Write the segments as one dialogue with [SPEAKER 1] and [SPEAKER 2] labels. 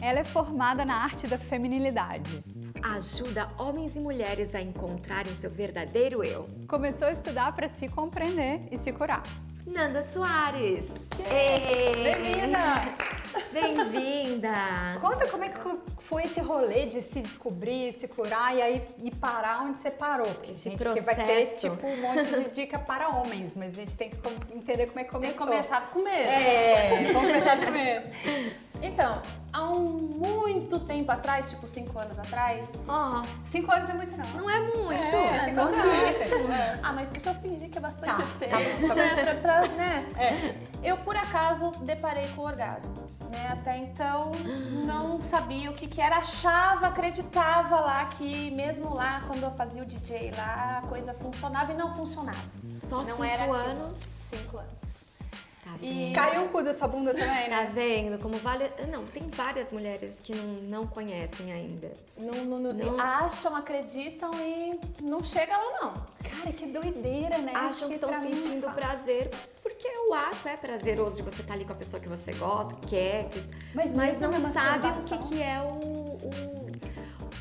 [SPEAKER 1] Ela é formada na arte da feminilidade.
[SPEAKER 2] Ajuda homens e mulheres a encontrarem seu verdadeiro eu.
[SPEAKER 1] Começou a estudar para se compreender e se curar.
[SPEAKER 2] Nanda Soares!
[SPEAKER 1] Bem-vinda!
[SPEAKER 2] Bem-vinda!
[SPEAKER 1] Conta como é que foi esse rolê de se descobrir, se curar e aí e parar onde você parou. Porque,
[SPEAKER 2] Esse
[SPEAKER 1] gente, porque vai ter
[SPEAKER 2] processo.
[SPEAKER 1] tipo um monte de dica para homens, mas a gente tem que com- entender como é que
[SPEAKER 3] Tem
[SPEAKER 1] começou.
[SPEAKER 3] que começar do começo.
[SPEAKER 1] É, vamos começar do começo.
[SPEAKER 3] Então, há um muito tempo atrás, tipo cinco anos atrás.
[SPEAKER 2] Ó,
[SPEAKER 1] Cinco anos é muito não.
[SPEAKER 2] não é muito.
[SPEAKER 1] É, cinco anos é muito.
[SPEAKER 3] Ah, mas deixa eu fingir que é bastante
[SPEAKER 1] Tá,
[SPEAKER 3] tempo. né? Pra- pra- né?
[SPEAKER 1] É,
[SPEAKER 3] Eu, por acaso, deparei com o orgasmo. Né? Até então, não sabia o que, que era. Achava, acreditava lá que, mesmo lá, quando eu fazia o DJ lá, a coisa funcionava e não funcionava.
[SPEAKER 2] Só
[SPEAKER 3] não
[SPEAKER 2] cinco
[SPEAKER 3] era aquilo.
[SPEAKER 2] anos.
[SPEAKER 3] Cinco anos.
[SPEAKER 2] Tá
[SPEAKER 3] E-
[SPEAKER 2] vendo?
[SPEAKER 1] Caiu o cu da sua bunda também,
[SPEAKER 2] Tá
[SPEAKER 1] né?
[SPEAKER 2] vendo? Como vale. Não, tem várias mulheres que não, não conhecem ainda.
[SPEAKER 3] Não, não- não-
[SPEAKER 2] Não.
[SPEAKER 3] Acham, acreditam e não chega lá, não.
[SPEAKER 1] Cara, que doideira, né?
[SPEAKER 2] Acham que
[SPEAKER 1] pra
[SPEAKER 2] estão
[SPEAKER 1] mim- é
[SPEAKER 2] sentindo prazer porque o ato é prazeroso de você estar ali com a pessoa que você gosta, que quer, que-
[SPEAKER 1] Mas
[SPEAKER 2] mas,
[SPEAKER 1] mesmo
[SPEAKER 2] não
[SPEAKER 1] na
[SPEAKER 2] sabe o que,
[SPEAKER 1] masturbação?
[SPEAKER 2] que é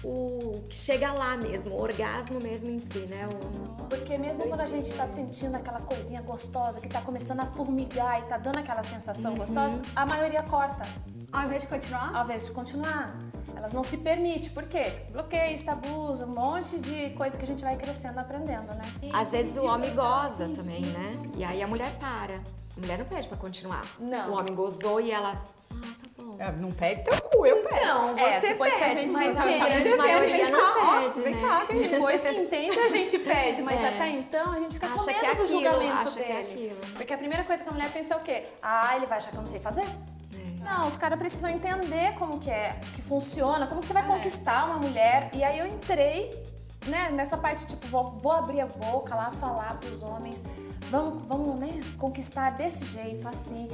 [SPEAKER 2] o, o, o que chega lá mesmo, o orgasmo mesmo em si, né? O-
[SPEAKER 3] Porque mesmo quando a gente tá sentindo aquela coisinha gostosa, que tá começando a formigar e tá dando aquela
[SPEAKER 2] Uhum.
[SPEAKER 3] sensação gostosa, a maioria corta,
[SPEAKER 1] Ao invés de continuar,
[SPEAKER 3] ao invés de continuar. Elas não se permitem, por quê? Bloqueios, tabus, um monte de coisa que a gente vai crescendo, aprendendo, né?
[SPEAKER 2] Às vezes o homem goza também, né? E aí a mulher para. A mulher não pede pra continuar.
[SPEAKER 3] Não.
[SPEAKER 2] O homem gozou e ela. Ah, tá bom.
[SPEAKER 1] É, Não pede teu cu, eu peço. Não,
[SPEAKER 3] É, depois que a gente
[SPEAKER 1] mas
[SPEAKER 3] não
[SPEAKER 1] tá me
[SPEAKER 3] pede, a
[SPEAKER 1] devendo,
[SPEAKER 2] maioria
[SPEAKER 1] vem
[SPEAKER 2] não
[SPEAKER 1] cá, ó,
[SPEAKER 2] pede,
[SPEAKER 1] vem
[SPEAKER 2] né?
[SPEAKER 1] cá, que a gente-
[SPEAKER 3] Depois que entende, a gente pede, mas
[SPEAKER 2] É.
[SPEAKER 3] até então a gente fica com
[SPEAKER 2] Acha
[SPEAKER 3] medo
[SPEAKER 2] que é
[SPEAKER 3] do
[SPEAKER 2] aquilo,
[SPEAKER 3] julgamento
[SPEAKER 2] acha que é
[SPEAKER 3] dele.
[SPEAKER 2] aquilo.
[SPEAKER 3] Porque a primeira coisa que a mulher pensa é o quê? Ah, ele vai achar que eu não sei fazer?
[SPEAKER 2] né?
[SPEAKER 3] Não, os caras precisam entender como que é, que funciona, como que
[SPEAKER 1] É.
[SPEAKER 3] você vai conquistar uma mulher. E aí eu entrei, né, nessa parte, tipo, vou, vou abrir a boca lá, falar pros homens, vamos, vamos, né, conquistar desse jeito, assim.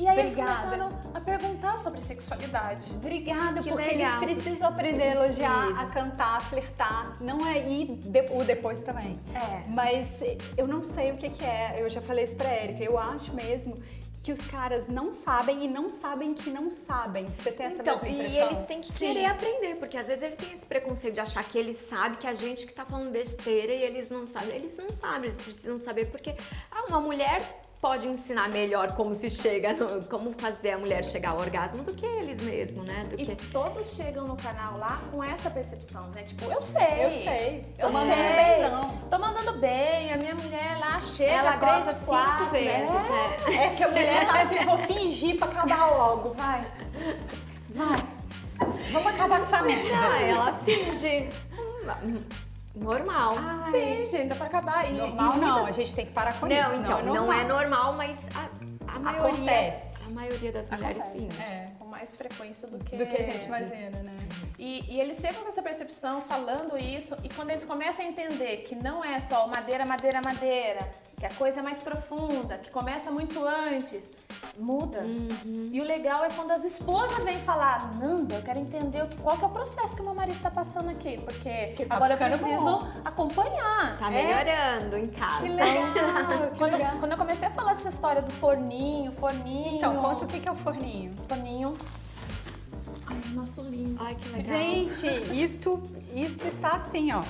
[SPEAKER 3] E aí eles
[SPEAKER 1] Obrigada.
[SPEAKER 3] começaram a perguntar sobre sexualidade.
[SPEAKER 1] Obrigada,
[SPEAKER 2] Que
[SPEAKER 1] porque
[SPEAKER 2] legal.
[SPEAKER 1] eles precisam aprender a elogiar,
[SPEAKER 2] Precisa.
[SPEAKER 1] a cantar, a flertar. Não é e de- o depois também.
[SPEAKER 3] É.
[SPEAKER 1] Mas eu não sei o que, que é. Eu já falei isso pra Erika. Eu acho mesmo que os caras não sabem e não sabem que não sabem. Você tem essa
[SPEAKER 2] Então,
[SPEAKER 1] mesma
[SPEAKER 2] e
[SPEAKER 1] impressão?
[SPEAKER 2] eles têm que
[SPEAKER 3] Sim.
[SPEAKER 2] querer aprender, porque às vezes ele tem esse preconceito de achar que ele sabe, que a gente que tá falando besteira e eles não sabem. Eles não sabem, eles precisam saber, porque ah, uma mulher pode ensinar melhor como se chega, no- como fazer a mulher chegar ao orgasmo do que eles mesmo, né? Do
[SPEAKER 3] E
[SPEAKER 2] que...
[SPEAKER 3] todos chegam no canal lá com essa percepção, né? Tipo, eu sei.
[SPEAKER 1] Eu sei.
[SPEAKER 3] Eu
[SPEAKER 1] Tô mandando um
[SPEAKER 3] sei.
[SPEAKER 1] benzão.
[SPEAKER 3] Tô mandando bem. A minha mulher lá chega
[SPEAKER 2] Ela
[SPEAKER 3] três,
[SPEAKER 2] goza
[SPEAKER 3] quatro,
[SPEAKER 2] cinco vezes,
[SPEAKER 3] né?
[SPEAKER 2] né?
[SPEAKER 1] É que a mulher tá assim, vou fingir pra acabar logo, vai. Vai. Vamos acabar com essa merda.
[SPEAKER 2] Ah, ela finge. Normal.
[SPEAKER 3] Sim, gente, dá pra acabar. E,
[SPEAKER 1] Normal
[SPEAKER 3] e
[SPEAKER 1] não, é
[SPEAKER 3] muitas-
[SPEAKER 1] a gente tem que parar com isso.
[SPEAKER 2] não, então, não,
[SPEAKER 1] normal.
[SPEAKER 2] é normal, mas a, a maioria.
[SPEAKER 1] Acontece.
[SPEAKER 2] A maioria das mulheres
[SPEAKER 3] Acontece.
[SPEAKER 2] finge.
[SPEAKER 1] É,
[SPEAKER 3] Com mais frequência do que...
[SPEAKER 1] do que a gente imagina, né?
[SPEAKER 3] E, e eles chegam com essa percepção falando isso, e quando eles começam a entender que não é só o madeira, madeira, madeira, que a coisa é mais profunda, que começa muito antes, muda. E o legal é quando as esposas vêm falar, Nanda, eu quero entender o que, qual que é o processo que o meu marido tá passando aqui, porque
[SPEAKER 1] Que tá
[SPEAKER 3] agora eu
[SPEAKER 1] ficando
[SPEAKER 3] preciso
[SPEAKER 1] bom."
[SPEAKER 3] acompanhar. É,
[SPEAKER 2] Tá melhorando em casa.
[SPEAKER 1] Que legal, que legal.
[SPEAKER 3] Então, Quando, quando eu comecei a falar dessa história do forninho, forninho,
[SPEAKER 1] Então, conta o que que é o forninho.
[SPEAKER 3] forninho. Ai, é nosso lindo.
[SPEAKER 2] Ai, que legal.
[SPEAKER 1] Gente, isto, isto está assim, ó.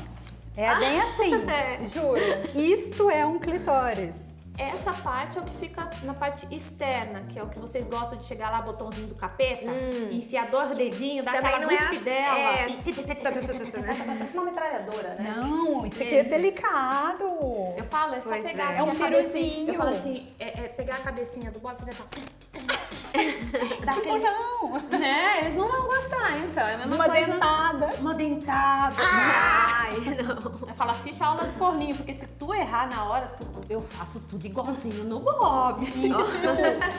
[SPEAKER 1] É bem assim,
[SPEAKER 2] é.
[SPEAKER 1] juro. Isto é um clitóris.
[SPEAKER 3] Essa parte é o que fica na parte externa, que é o que vocês gostam de chegar lá, botãozinho do capeta, enfiar dois dedinhos, dar
[SPEAKER 2] Hum. Também
[SPEAKER 3] aquela
[SPEAKER 2] não é
[SPEAKER 3] cuspe
[SPEAKER 2] as-
[SPEAKER 3] dela.
[SPEAKER 2] é.
[SPEAKER 3] Tá, e- Parece uma metralhadora, né?
[SPEAKER 1] Não, isso aqui é
[SPEAKER 3] Gente.
[SPEAKER 1] delicado.
[SPEAKER 3] Eu falo, é só
[SPEAKER 2] Pois
[SPEAKER 3] pegar
[SPEAKER 2] é.
[SPEAKER 3] aqui
[SPEAKER 2] É
[SPEAKER 1] um
[SPEAKER 3] a cabecinha.
[SPEAKER 1] piruzinho.
[SPEAKER 3] Eu falo assim, é, é pegar a cabecinha do bode e fazer essa... Dá
[SPEAKER 1] Tipo,
[SPEAKER 3] aqueles-
[SPEAKER 1] não.
[SPEAKER 3] Né? Eles não vão gostar, então. É a mesma
[SPEAKER 1] Uma
[SPEAKER 3] coisa...
[SPEAKER 1] dentada.
[SPEAKER 3] Uma dentada.
[SPEAKER 2] Ai, não.
[SPEAKER 3] Eu falo, assiste a aula do forninho, porque se tu errar na hora, tu- eu faço tudo igualzinho no Bob.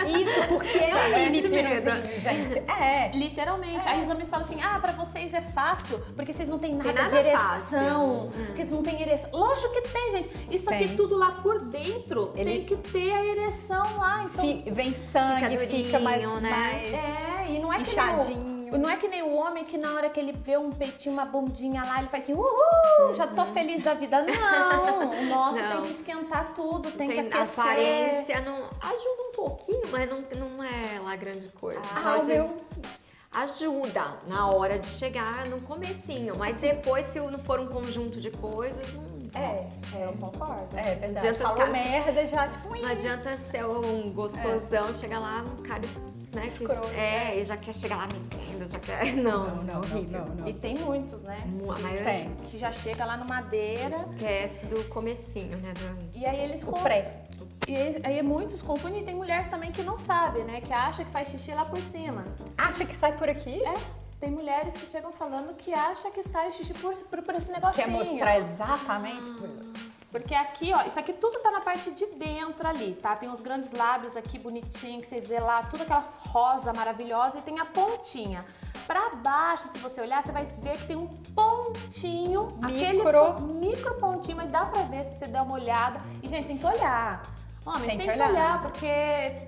[SPEAKER 1] Isso, porque é um mini piruzinho, gente. É.
[SPEAKER 3] Literalmente. Aí os homens falam assim: ah, pra vocês é fácil, porque vocês não têm nada,
[SPEAKER 2] nada
[SPEAKER 3] de ereção. Porque não tem ereção. Lógico que tem, gente. Isso
[SPEAKER 1] Tem.
[SPEAKER 3] aqui tudo lá por dentro
[SPEAKER 1] Ele-
[SPEAKER 3] tem que ter a ereção lá. Então.
[SPEAKER 1] Fi- Vem sangue, fica,
[SPEAKER 2] Fica durinho,
[SPEAKER 1] mais,
[SPEAKER 2] né?
[SPEAKER 1] mais...
[SPEAKER 3] É, e não é que nem
[SPEAKER 1] Inchadinho.
[SPEAKER 3] o, não é que nem o homem que na hora que ele vê um peitinho, uma bundinha lá, ele faz assim, uhul, já tô feliz da vida. Não, o nosso
[SPEAKER 2] Não.
[SPEAKER 3] tem que esquentar tudo, tem,
[SPEAKER 2] Tem
[SPEAKER 3] que
[SPEAKER 2] a
[SPEAKER 3] aquecer.
[SPEAKER 2] aparência, não ajuda um pouquinho, mas não, não é lá grande coisa.
[SPEAKER 3] Ah,
[SPEAKER 2] Às
[SPEAKER 3] o
[SPEAKER 2] vezes-
[SPEAKER 1] meu-
[SPEAKER 2] ajuda na hora de chegar no comecinho, mas depois se não for um conjunto de coisas, hum,
[SPEAKER 1] É, eu concordo. É verdade.
[SPEAKER 2] Adianta
[SPEAKER 1] Falou
[SPEAKER 2] ficar-
[SPEAKER 1] merda já, tipo, "Ih,
[SPEAKER 2] não adianta ser um gostosão, chega lá um cara né, que-
[SPEAKER 1] Escroto,
[SPEAKER 2] é, e já quer chegar lá metendo, já quer não, não, horrível.
[SPEAKER 3] E tem muitos, né?
[SPEAKER 2] Mu- A maioria
[SPEAKER 1] Tem.
[SPEAKER 3] Que já chega lá no madeira
[SPEAKER 2] esquece do comecinho, né? do-
[SPEAKER 3] e aí eles
[SPEAKER 1] O
[SPEAKER 3] com-
[SPEAKER 1] pré.
[SPEAKER 3] E aí, aí é muitos confundem e tem mulher também que não sabe, né? Que acha que faz xixi lá por cima.
[SPEAKER 1] Acha que sai por aqui?
[SPEAKER 3] É, tem mulheres que chegam falando que acha que sai o xixi por, por, por esse negocinho.
[SPEAKER 1] Quer mostrar exatamente?
[SPEAKER 3] Porque aqui, ó, isso aqui tudo tá na parte de dentro ali, tá? Tem os grandes lábios aqui bonitinho que vocês vê lá, tudo aquela rosa maravilhosa e tem a pontinha. Pra baixo, se você olhar, você vai ver que tem um pontinho, aquele
[SPEAKER 1] Micro.
[SPEAKER 3] po- micro pontinho, mas dá pra ver se você der uma olhada. E, gente, tem que olhar. Homens,
[SPEAKER 1] Tem que
[SPEAKER 3] tem, que olhar,
[SPEAKER 1] olhar.
[SPEAKER 3] porque é,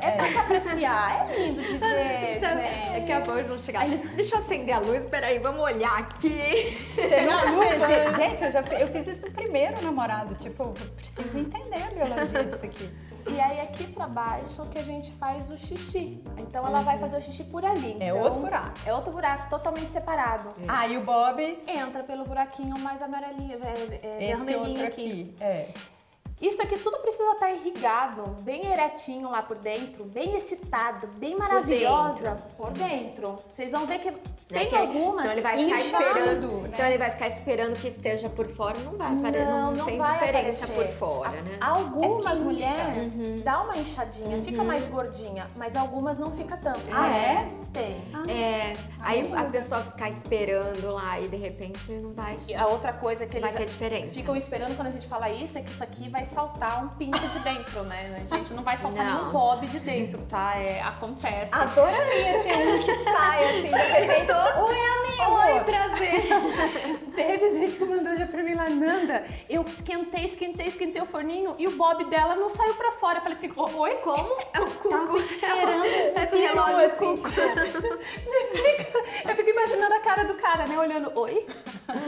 [SPEAKER 3] é pra se apreciar. É lindo de ver,
[SPEAKER 1] assim.
[SPEAKER 3] gente.
[SPEAKER 2] Daqui a pouco eles vão chegar. Deixa eu acender a luz, peraí, vamos olhar aqui.
[SPEAKER 1] Você nunca fez isso? Gente, eu já fi- eu fiz isso no primeiro namorado. Tipo, eu preciso entender a biologia disso aqui.
[SPEAKER 3] E aí aqui pra baixo que a gente faz o xixi. Então ela vai fazer o xixi por ali.
[SPEAKER 1] É
[SPEAKER 3] Então,
[SPEAKER 1] outro buraco.
[SPEAKER 3] É outro buraco, totalmente separado.
[SPEAKER 1] Ah, e o Bob, esse
[SPEAKER 3] Entra pelo buraquinho mais amarelinho, é, é, vermelhinho
[SPEAKER 1] outro
[SPEAKER 3] aqui.
[SPEAKER 1] aqui. É.
[SPEAKER 3] Isso aqui tudo precisa estar irrigado, bem eretinho lá por dentro, bem excitado, bem maravilhosa por dentro. Vocês vão ver que tem
[SPEAKER 2] que-
[SPEAKER 3] algumas.
[SPEAKER 2] Então ele vai ficar
[SPEAKER 3] inchado.
[SPEAKER 2] esperando.
[SPEAKER 1] né?
[SPEAKER 2] Então ele vai ficar esperando que esteja por fora, não vai apare-
[SPEAKER 3] Não, não
[SPEAKER 2] tem
[SPEAKER 3] vai
[SPEAKER 2] diferença
[SPEAKER 3] aparecer.
[SPEAKER 2] por fora,
[SPEAKER 3] A-
[SPEAKER 2] né? Uhum.
[SPEAKER 3] Algumas
[SPEAKER 1] É que incha.
[SPEAKER 3] mulheres dá uma inchadinha, fica mais gordinha, mas algumas não fica tanto.
[SPEAKER 1] Ah, é?
[SPEAKER 3] Tem.
[SPEAKER 2] É, aí a pessoa ficar esperando lá e de repente não vai.
[SPEAKER 3] E a outra coisa que
[SPEAKER 2] Vai
[SPEAKER 3] eles
[SPEAKER 2] ter diferença.
[SPEAKER 3] ficam esperando quando a gente fala isso é que isso aqui vai saltar um pinto de dentro, né? A gente não vai saltar
[SPEAKER 2] Não.
[SPEAKER 3] nenhum bob de dentro, tá? É, acontece.
[SPEAKER 1] Adoraria ter um que sai assim, de repente. Oi, amigo!
[SPEAKER 2] Oi, prazer!
[SPEAKER 3] Teve gente que mandou já pra mim lá, Nanda, eu esquentei, esquentei, esquentei o forninho e o bob dela não saiu pra fora. Eu falei assim, "O- oi, como?
[SPEAKER 2] É o cuco. Parece um
[SPEAKER 1] Piru,
[SPEAKER 2] relógio
[SPEAKER 1] assim, tipo,
[SPEAKER 3] Eu fico imaginando a cara do cara, né? Olhando, oi?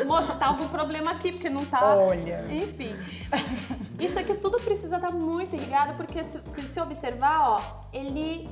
[SPEAKER 3] Moça, tá algum problema aqui, porque não tá.
[SPEAKER 1] Olha.
[SPEAKER 3] Enfim. Isso aqui tudo precisa estar muito irrigado, porque se, se você observar, ó, ele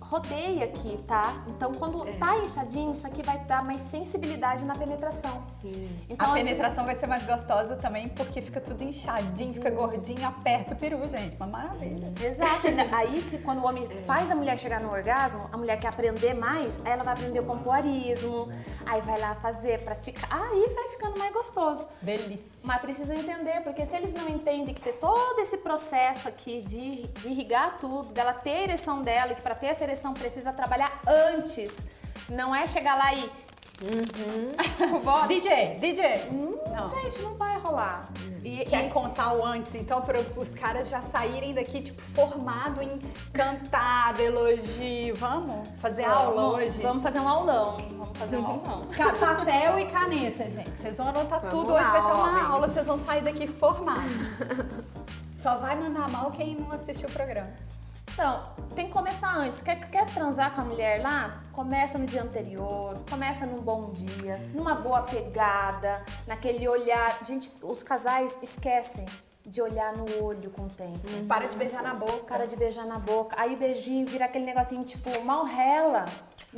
[SPEAKER 3] rodeia aqui, tá? Então quando tá inchadinho, isso aqui vai dar mais sensibilidade na penetração.
[SPEAKER 2] Sim.
[SPEAKER 3] Então,
[SPEAKER 1] A
[SPEAKER 3] gente-
[SPEAKER 1] penetração vai ser mais gostosa também, porque fica tudo inchadinho, fica gordinho, aperta o peru, gente. Uma maravilha.
[SPEAKER 3] Exato, ainda- aí que quando o homem faz a mulher chegar no orgasmo, a mulher quer aprender mais, aí ela vai aprender o pompoarismo, aí vai lá fazer, praticar, aí vai ficando mais gostoso.
[SPEAKER 1] Delícia.
[SPEAKER 3] Mas precisa entender, porque se eles não entendem que tem todo esse processo aqui de, de irrigar tudo, dela ter a ereção dela, e que pra ter essa ereção precisa trabalhar antes. Não é chegar lá e.
[SPEAKER 1] DJ, DJ.
[SPEAKER 3] Não. Hum. Gente, não vai rolar. E,
[SPEAKER 1] Uhum. Quer
[SPEAKER 3] e-
[SPEAKER 1] contar o antes, então, para os caras já saírem daqui, tipo, formado, encantado, elogio. Vamos
[SPEAKER 3] é
[SPEAKER 1] fazer aula
[SPEAKER 3] vamos,
[SPEAKER 1] hoje?
[SPEAKER 3] Vamos fazer um aulão. Vamos fazer um aulão.
[SPEAKER 1] Ca- Papel e caneta, gente. Vocês vão anotar
[SPEAKER 2] Vamos
[SPEAKER 1] tudo.
[SPEAKER 2] lá,
[SPEAKER 1] Hoje vai ter uma
[SPEAKER 2] homens.
[SPEAKER 1] aula, vocês vão sair daqui formados. Só vai mandar mal quem não assistiu o programa.
[SPEAKER 3] Então, tem que começar antes. Quer, quer transar com a mulher lá? Começa no dia anterior, começa num bom dia, numa boa pegada, naquele olhar. Gente, os casais esquecem de olhar no olho com o tempo.
[SPEAKER 1] Para de beijar na boca.
[SPEAKER 3] Cara de beijar na boca, aí beijinho vira aquele negocinho tipo malrela,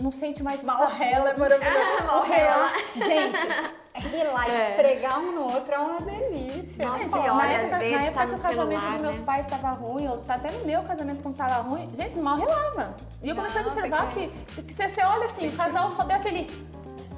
[SPEAKER 3] não sente mais o sabor.
[SPEAKER 1] Malrela é maravilhoso.
[SPEAKER 2] Ah, Malrela.
[SPEAKER 1] Gente, relar, esfregar um no outro é uma delícia.
[SPEAKER 2] É. Nossa,
[SPEAKER 1] Gente,
[SPEAKER 2] e
[SPEAKER 3] na
[SPEAKER 2] olha, às
[SPEAKER 3] época,
[SPEAKER 2] vezes
[SPEAKER 3] na
[SPEAKER 2] tá
[SPEAKER 3] época
[SPEAKER 2] no
[SPEAKER 3] que o casamento
[SPEAKER 2] celular,
[SPEAKER 3] dos meus
[SPEAKER 2] né?
[SPEAKER 3] pais estava ruim, ou tá até no meu casamento quando tava ruim, gente, mal relava. E eu comecei a
[SPEAKER 1] Não,
[SPEAKER 3] observar
[SPEAKER 1] tem
[SPEAKER 3] que, que você, você olha assim, o casal só deu aquele.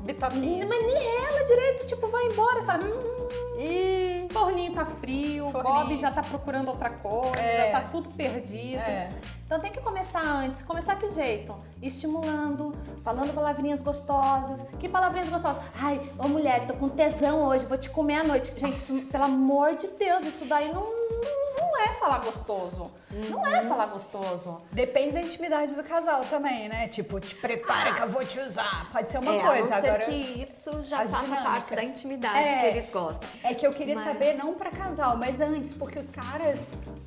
[SPEAKER 1] vitamina.
[SPEAKER 3] Mas nem rela direito, tipo, vai embora. Fala, hum,
[SPEAKER 1] E...
[SPEAKER 3] o forninho tá frio, o
[SPEAKER 1] Forninho.
[SPEAKER 3] Bob já tá procurando outra coisa,
[SPEAKER 1] É.
[SPEAKER 3] tá tudo perdido.
[SPEAKER 1] É.
[SPEAKER 3] Então tem que começar antes. Começar que jeito? Estimulando, falando palavrinhas gostosas. Que palavrinhas gostosas? Ai, ô mulher, tô com tesão hoje, vou te comer à noite. Gente, isso, pelo amor de Deus, isso daí não, não é falar gostoso.
[SPEAKER 1] Uhum.
[SPEAKER 3] Não é falar gostoso.
[SPEAKER 1] Depende da intimidade do casal também, né? Tipo, te prepara que eu vou te usar. Pode ser uma
[SPEAKER 2] Ah. é,
[SPEAKER 1] coisa.
[SPEAKER 2] a não ser
[SPEAKER 1] Agora,
[SPEAKER 2] que isso já
[SPEAKER 1] as
[SPEAKER 2] faça parte
[SPEAKER 1] dinâmicas.
[SPEAKER 2] da intimidade
[SPEAKER 1] É.
[SPEAKER 2] que eles gostam.
[SPEAKER 1] é que eu queria
[SPEAKER 2] Mas-
[SPEAKER 1] saber, não pra casal, mas antes, porque os caras,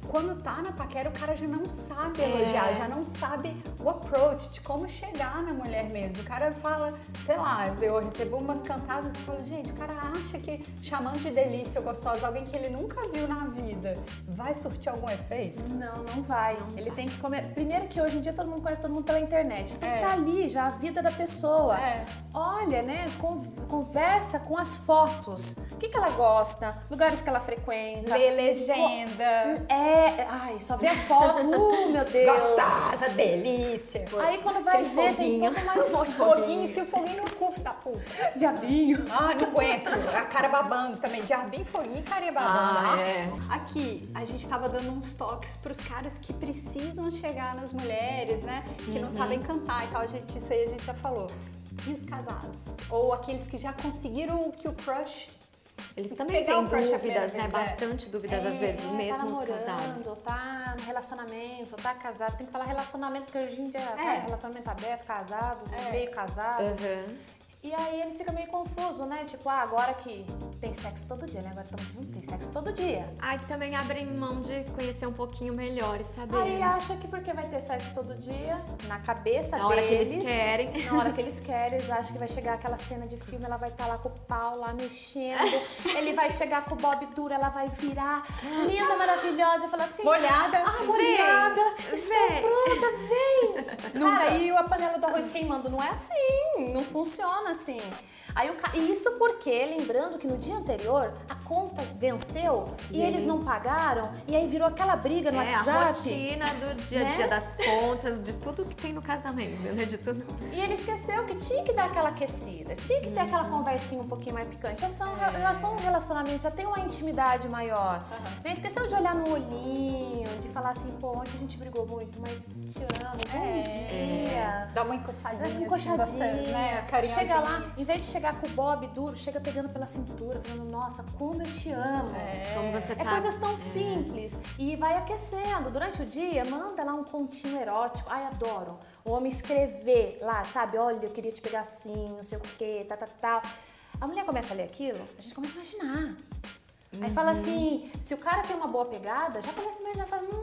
[SPEAKER 1] quando tá na paquera, o cara já não sabe elogiar,
[SPEAKER 2] É.
[SPEAKER 1] já não sabe o approach de como chegar na mulher mesmo. O cara fala, sei lá, eu recebo umas cantadas e falo, gente, o cara acha que chamando de delícia ou gostosa alguém que ele nunca viu na vida vai surtir algum efeito?
[SPEAKER 3] Não, não vai. ele tem que comer. Primeiro que hoje em dia todo mundo conhece todo mundo pela internet. Então
[SPEAKER 1] É.
[SPEAKER 3] tá ali já a vida da pessoa.
[SPEAKER 1] É.
[SPEAKER 3] Olha, né? con- Conversa com as fotos. O que, que ela gosta? Lugares que ela
[SPEAKER 2] Tá.
[SPEAKER 3] frequenta.
[SPEAKER 1] Lê legenda,
[SPEAKER 3] É. Ai, só vê a foto. Uh, meu Deus.
[SPEAKER 1] gostosa, delícia. Um
[SPEAKER 3] Aí quando vai
[SPEAKER 2] Aquele
[SPEAKER 3] ver, tem
[SPEAKER 2] um foguinho.
[SPEAKER 3] toda uma história.
[SPEAKER 1] Foguinho, enfia o foguinho no cu da puta.
[SPEAKER 3] Diabinho.
[SPEAKER 1] Ah, não aguento. A cara babando também. De arbim, foguinho e carinha babando.
[SPEAKER 2] Ah, é.
[SPEAKER 1] Aqui, a gente tava dando uns toques pros caras que precisam chegar nas mulheres, né? Que não sabem cantar e tal. A gente, isso aí a gente já falou. E os casados? Ou aqueles que já conseguiram o que o crush...
[SPEAKER 2] Eles também
[SPEAKER 1] Pegar um
[SPEAKER 2] têm
[SPEAKER 1] o crush à primeira
[SPEAKER 2] dúvidas, né?
[SPEAKER 1] vez, é.
[SPEAKER 2] Bastante dúvidas, às vezes,
[SPEAKER 3] tá
[SPEAKER 2] mesmo os
[SPEAKER 3] namorando,
[SPEAKER 2] casados.
[SPEAKER 3] ou tá no relacionamento, ou tá casado. Tem que falar relacionamento, porque hoje em dia é.
[SPEAKER 1] É.
[SPEAKER 3] relacionamento aberto, casado, meio casado.
[SPEAKER 2] Aham.
[SPEAKER 3] E aí eles ficam meio confusos, né? Tipo, ah, agora que tem sexo todo dia, né? Agora estamos juntos, tem sexo todo dia.
[SPEAKER 2] Aí também abrem mão de conhecer um pouquinho melhor e saber.
[SPEAKER 3] Aí
[SPEAKER 1] é,
[SPEAKER 3] acha que porque vai ter sexo todo dia, na cabeça
[SPEAKER 2] Na hora
[SPEAKER 3] deles.
[SPEAKER 2] que eles querem. né?
[SPEAKER 3] Na hora que eles querem, eles acham que vai chegar aquela cena de filme, ela vai estar lá com o pau lá mexendo. ele vai chegar com o Bob duro, ela vai virar linda, maravilhosa e falar assim:
[SPEAKER 1] Molhada.
[SPEAKER 3] Ah, molhada,
[SPEAKER 2] Vem,
[SPEAKER 3] estou
[SPEAKER 2] vem."
[SPEAKER 3] pronta, vem! Cara, e a panela do arroz queimando não é assim, não funciona assim. Aí o ca- e isso porque, lembrando que no dia anterior a conta venceu e, eles não pagaram, e aí virou aquela briga no
[SPEAKER 2] É, a
[SPEAKER 3] WhatsApp.
[SPEAKER 2] rotina do dia a
[SPEAKER 3] né?
[SPEAKER 2] dia das contas, de tudo que tem no casamento, né? De tudo.
[SPEAKER 3] E ele esqueceu que tinha que dar aquela aquecida, tinha que ter aquela conversinha um pouquinho mais picante. Já são,
[SPEAKER 2] É.
[SPEAKER 3] já são um relacionamento, já tem uma intimidade maior. Né, Esqueceu de olhar no olhinho, de falar assim, pô, ontem a gente brigou muito, mas te amo, bom
[SPEAKER 2] É.
[SPEAKER 3] dia.
[SPEAKER 1] Dá uma encoxadinha. assim,
[SPEAKER 3] encoxadinha.
[SPEAKER 1] gostosa, né? Carinhosinha.
[SPEAKER 3] Chega lá, em vez de chegar com o Bob duro, chega pegando pela cintura, falando, nossa, como eu te amo.
[SPEAKER 2] Como você
[SPEAKER 3] É
[SPEAKER 2] tá.
[SPEAKER 3] coisas tão simples e vai aquecendo. Durante o dia, manda lá um continho erótico. Ai, adoro. O homem escrever lá, sabe? Olha, eu queria te pegar assim, não sei o quê, tal, tal, tal. A mulher começa a ler aquilo, a gente começa a imaginar. Aí
[SPEAKER 1] Uhum.
[SPEAKER 3] fala assim, se o cara tem uma boa pegada, já começa a imaginar, fala, hum,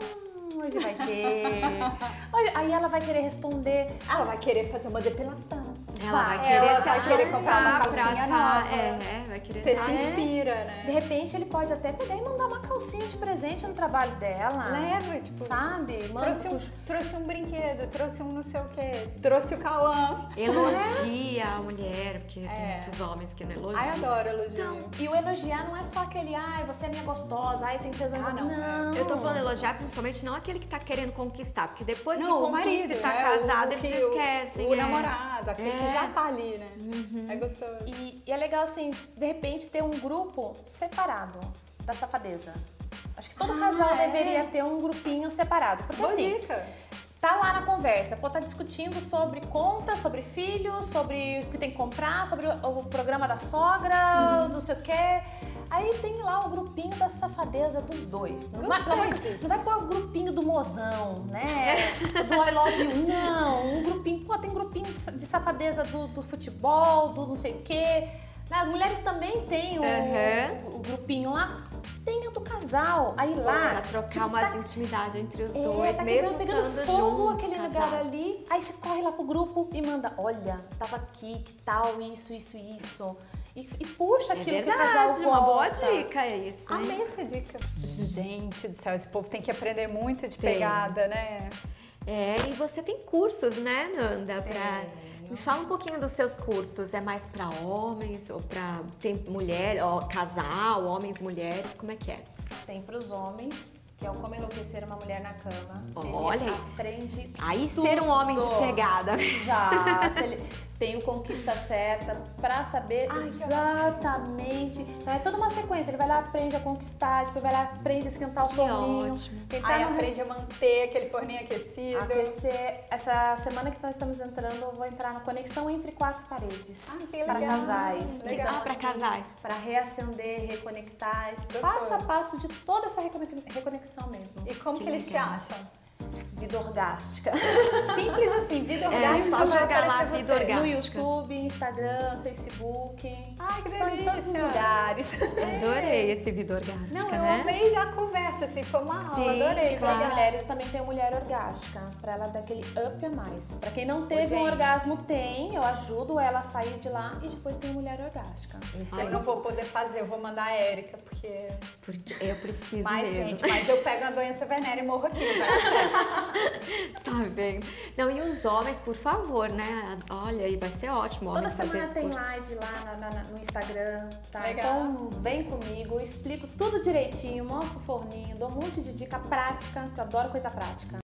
[SPEAKER 3] hoje vai ter. Olha, Aí ela vai querer responder,
[SPEAKER 1] Ela vai querer fazer uma depilação.
[SPEAKER 2] Ela vai
[SPEAKER 3] Ela
[SPEAKER 2] querer,
[SPEAKER 1] assim, vai
[SPEAKER 2] tá,
[SPEAKER 1] querer comprar uma
[SPEAKER 2] tá,
[SPEAKER 1] calcinha
[SPEAKER 2] pra tá,
[SPEAKER 1] nova.
[SPEAKER 2] É, é, vai querer.
[SPEAKER 1] Você
[SPEAKER 2] tá.
[SPEAKER 1] se inspira, né?
[SPEAKER 3] de repente ele pode até pegar e mandar uma calcinha de presente no trabalho dela.
[SPEAKER 1] Leva, tipo,
[SPEAKER 3] Sabe? Manda
[SPEAKER 1] Trouxe um, trouxe um brinquedo, trouxe um não sei o quê, trouxe o Cauã.
[SPEAKER 2] Elogia a mulher, porque tem
[SPEAKER 1] É.
[SPEAKER 2] muitos homens que não elogiam.
[SPEAKER 1] Ai, adoro elogio.
[SPEAKER 3] E o elogiar não é só aquele, ai, você é minha gostosa, ai, tem tesão em
[SPEAKER 1] Ah,
[SPEAKER 3] você."
[SPEAKER 1] não, é.
[SPEAKER 3] não.
[SPEAKER 2] Eu tô falando elogiar principalmente não aquele que tá querendo conquistar, porque depois que
[SPEAKER 1] Não, o
[SPEAKER 2] conquista
[SPEAKER 1] marido,
[SPEAKER 2] e tá
[SPEAKER 3] é,
[SPEAKER 1] né?
[SPEAKER 2] casado,
[SPEAKER 1] O
[SPEAKER 2] eles
[SPEAKER 1] que-
[SPEAKER 2] esquecem.
[SPEAKER 1] O, o
[SPEAKER 2] é.
[SPEAKER 1] namorado, aquele que
[SPEAKER 2] É. Uhum.
[SPEAKER 1] já tá ali, né? É gostoso.
[SPEAKER 3] E, e é legal, assim, de repente ter um grupo separado da safadeza. Acho que todo
[SPEAKER 1] Ah,
[SPEAKER 3] casal
[SPEAKER 1] é?
[SPEAKER 3] deveria ter um grupinho separado. Porque
[SPEAKER 1] Boa
[SPEAKER 3] assim,
[SPEAKER 1] dica.
[SPEAKER 3] tá lá na conversa, pô, tá discutindo sobre conta, sobre filho, sobre o que tem que comprar, sobre o, o programa da sogra,
[SPEAKER 2] Uhum.
[SPEAKER 3] não sei o quê. Aí tem lá o grupinho da safadeza dos dois. Não vai, não, vai,
[SPEAKER 1] Gostei disso.
[SPEAKER 3] não vai pôr o grupinho do mozão, né?
[SPEAKER 2] É.
[SPEAKER 3] Do I love you, não. Um grupinho, pô, tem grupinho de sa- de safadeza do, do futebol, do não sei o quê. Né, As mulheres também têm o,
[SPEAKER 2] Uhum.
[SPEAKER 3] o grupinho lá. Tem o do casal. Aí lá.
[SPEAKER 2] Pra trocar
[SPEAKER 3] tipo,
[SPEAKER 2] umas
[SPEAKER 3] tá
[SPEAKER 2] intimidades entre os
[SPEAKER 3] é,
[SPEAKER 2] dois,
[SPEAKER 3] tá
[SPEAKER 2] mesmo
[SPEAKER 3] pegando, pegando
[SPEAKER 2] estando tá?
[SPEAKER 3] fogo
[SPEAKER 2] junto,
[SPEAKER 3] aquele
[SPEAKER 2] casado.
[SPEAKER 3] lugar ali. Aí você corre lá pro grupo e manda, olha, tava aqui, que tal, isso, isso, isso. E, e puxa
[SPEAKER 2] É
[SPEAKER 3] aquilo que o casal
[SPEAKER 2] verdade, uma boa
[SPEAKER 3] gosta.
[SPEAKER 2] dica é isso. hein?
[SPEAKER 1] Amei essa dica. Gente do céu, esse povo tem que aprender muito de
[SPEAKER 2] Tem.
[SPEAKER 1] pegada, né?
[SPEAKER 2] É, e você tem cursos, né, Nanda? Pra... Me fala um pouquinho dos seus cursos. É mais pra homens ou pra tem mulher, ó, casal, homens, mulheres? Como é que é?
[SPEAKER 3] Tem pros homens, que é o Como Enlouquecer Uma Mulher na Cama.
[SPEAKER 2] Olha
[SPEAKER 3] Ele
[SPEAKER 2] aí.
[SPEAKER 3] aprende
[SPEAKER 2] Aí ser um homem de
[SPEAKER 3] Tudo.
[SPEAKER 2] pegada.
[SPEAKER 3] Exato. Ele tem o conquista certa pra saber
[SPEAKER 1] Ai, que
[SPEAKER 3] exatamente. Então é toda uma sequência. Ele vai lá, aprende a conquistar, depois vai lá, aprende a esquentar o
[SPEAKER 2] Que
[SPEAKER 3] forninho.
[SPEAKER 2] ótimo.
[SPEAKER 3] Ele tá
[SPEAKER 1] Aí
[SPEAKER 3] no
[SPEAKER 1] aprende a manter aquele forninho aquecido.
[SPEAKER 3] Aquecer. Essa semana que nós estamos entrando, eu vou entrar na conexão entre quatro
[SPEAKER 1] Ai,
[SPEAKER 3] paredes
[SPEAKER 1] que
[SPEAKER 3] para
[SPEAKER 1] legal,
[SPEAKER 3] casais.
[SPEAKER 1] legal.
[SPEAKER 3] Então,
[SPEAKER 2] Ah, pra
[SPEAKER 3] assim,
[SPEAKER 2] casais.
[SPEAKER 3] Para reacender, reconectar, tipo,
[SPEAKER 1] Gostoso.
[SPEAKER 3] passo a passo de toda essa recone- reconexão mesmo.
[SPEAKER 1] E como que,
[SPEAKER 2] Que
[SPEAKER 1] eles te
[SPEAKER 2] legal.
[SPEAKER 1] acham?
[SPEAKER 3] Vida orgástica.
[SPEAKER 1] Simples assim, vida
[SPEAKER 2] É,
[SPEAKER 1] orgástica.
[SPEAKER 2] só
[SPEAKER 1] vai
[SPEAKER 2] jogar lá
[SPEAKER 1] aparecer
[SPEAKER 2] vida
[SPEAKER 1] você.
[SPEAKER 3] No
[SPEAKER 2] orgástica.
[SPEAKER 3] YouTube, Instagram, Facebook.
[SPEAKER 1] Ai, que
[SPEAKER 3] Tá em
[SPEAKER 1] delícia.
[SPEAKER 3] todos os lugares.
[SPEAKER 2] Adorei esse vida orgástica,
[SPEAKER 1] Não, eu
[SPEAKER 2] né?
[SPEAKER 1] amei a conversa, assim, foi uma aula,
[SPEAKER 2] Sim,
[SPEAKER 1] adorei.
[SPEAKER 2] claro.
[SPEAKER 3] As mulheres também têm mulher orgástica, pra ela dar aquele up a mais. Pra quem não teve um
[SPEAKER 2] gente.
[SPEAKER 3] orgasmo, tem, eu ajudo ela a sair de lá e depois tem mulher orgástica.
[SPEAKER 1] Eu não vou poder fazer, eu vou mandar a Érica, porque...
[SPEAKER 2] Porque eu preciso
[SPEAKER 1] Mas,
[SPEAKER 2] mesmo.
[SPEAKER 1] gente, mas eu pego a doença venérea e morro aqui, tá?
[SPEAKER 2] Tá bem. Não, e os homens, por favor, né? Olha, aí vai ser ótimo.
[SPEAKER 3] Toda
[SPEAKER 2] homens fazer
[SPEAKER 3] semana
[SPEAKER 2] esse
[SPEAKER 3] tem
[SPEAKER 2] curso.
[SPEAKER 3] live lá na- na- na- no Instagram, tá?
[SPEAKER 1] Legal.
[SPEAKER 3] Então vem comigo, eu explico tudo direitinho, mostro o forninho, dou um monte de dica prática, que eu adoro coisa prática.